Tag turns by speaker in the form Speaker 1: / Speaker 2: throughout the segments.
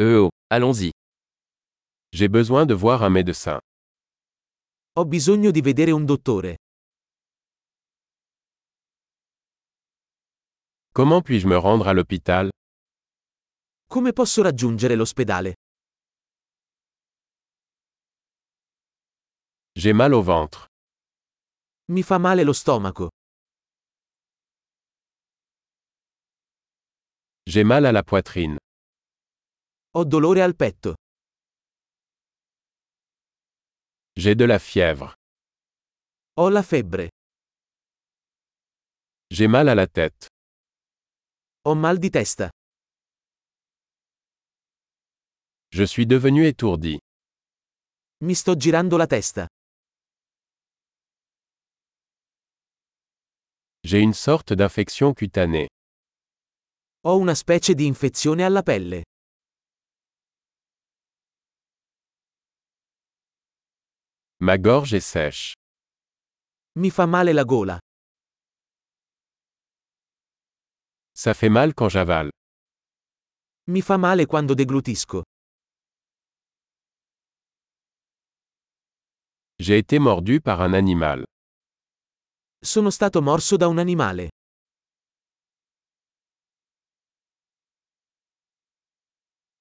Speaker 1: Oh, allons-y.
Speaker 2: J'ai besoin de voir un médecin.
Speaker 3: Ho bisogno di vedere un dottore.
Speaker 2: Comment puis-je me rendre à l'hôpital
Speaker 3: Come posso raggiungere l'ospedale?
Speaker 2: J'ai mal au ventre.
Speaker 3: Mi fa male lo stomaco.
Speaker 2: J'ai mal à la poitrine.
Speaker 3: Ho dolore al petto.
Speaker 2: J'ai de la fièvre.
Speaker 3: Ho la febbre.
Speaker 2: J'ai mal à la tête.
Speaker 3: Ho mal di testa.
Speaker 2: Je suis devenu étourdi.
Speaker 3: Mi sto girando la testa.
Speaker 2: J'ai une sorte d'infection cutanée.
Speaker 3: Ho una specie di infezione alla pelle.
Speaker 2: Ma gorge est sèche.
Speaker 3: Mi fa male la gola.
Speaker 2: Ça fait mal quand j'avale.
Speaker 3: Mi fa male quando deglutisco.
Speaker 2: J'ai été mordu par un animal.
Speaker 3: Sono stato morso da un animale.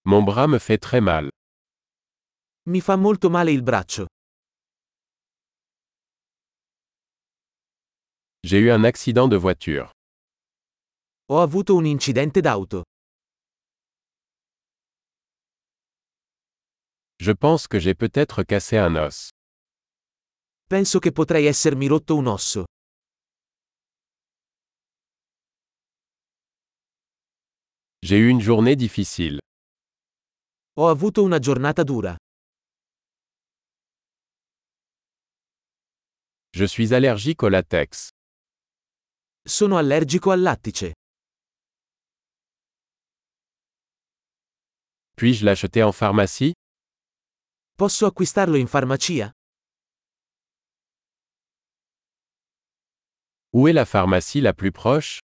Speaker 2: Mon bras me fait très mal.
Speaker 3: Mi fa molto male il braccio.
Speaker 2: J'ai eu un accident de voiture.
Speaker 3: Ho avuto un incidente d'auto.
Speaker 2: Je pense que j'ai peut-être cassé un os.
Speaker 3: Penso che potrei essermi rotto un osso.
Speaker 2: J'ai eu une journée difficile.
Speaker 3: Ho avuto una giornata dura.
Speaker 2: Je suis allergique au latex.
Speaker 3: Sono allergico al lattice.
Speaker 2: Puis-je l'acheter en pharmacie
Speaker 3: Posso acquistarlo in farmacia?
Speaker 2: Où est la pharmacie la plus proche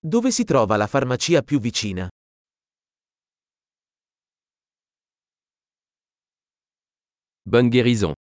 Speaker 3: Dove si trova la farmacia più vicina?
Speaker 1: Bonne guérison.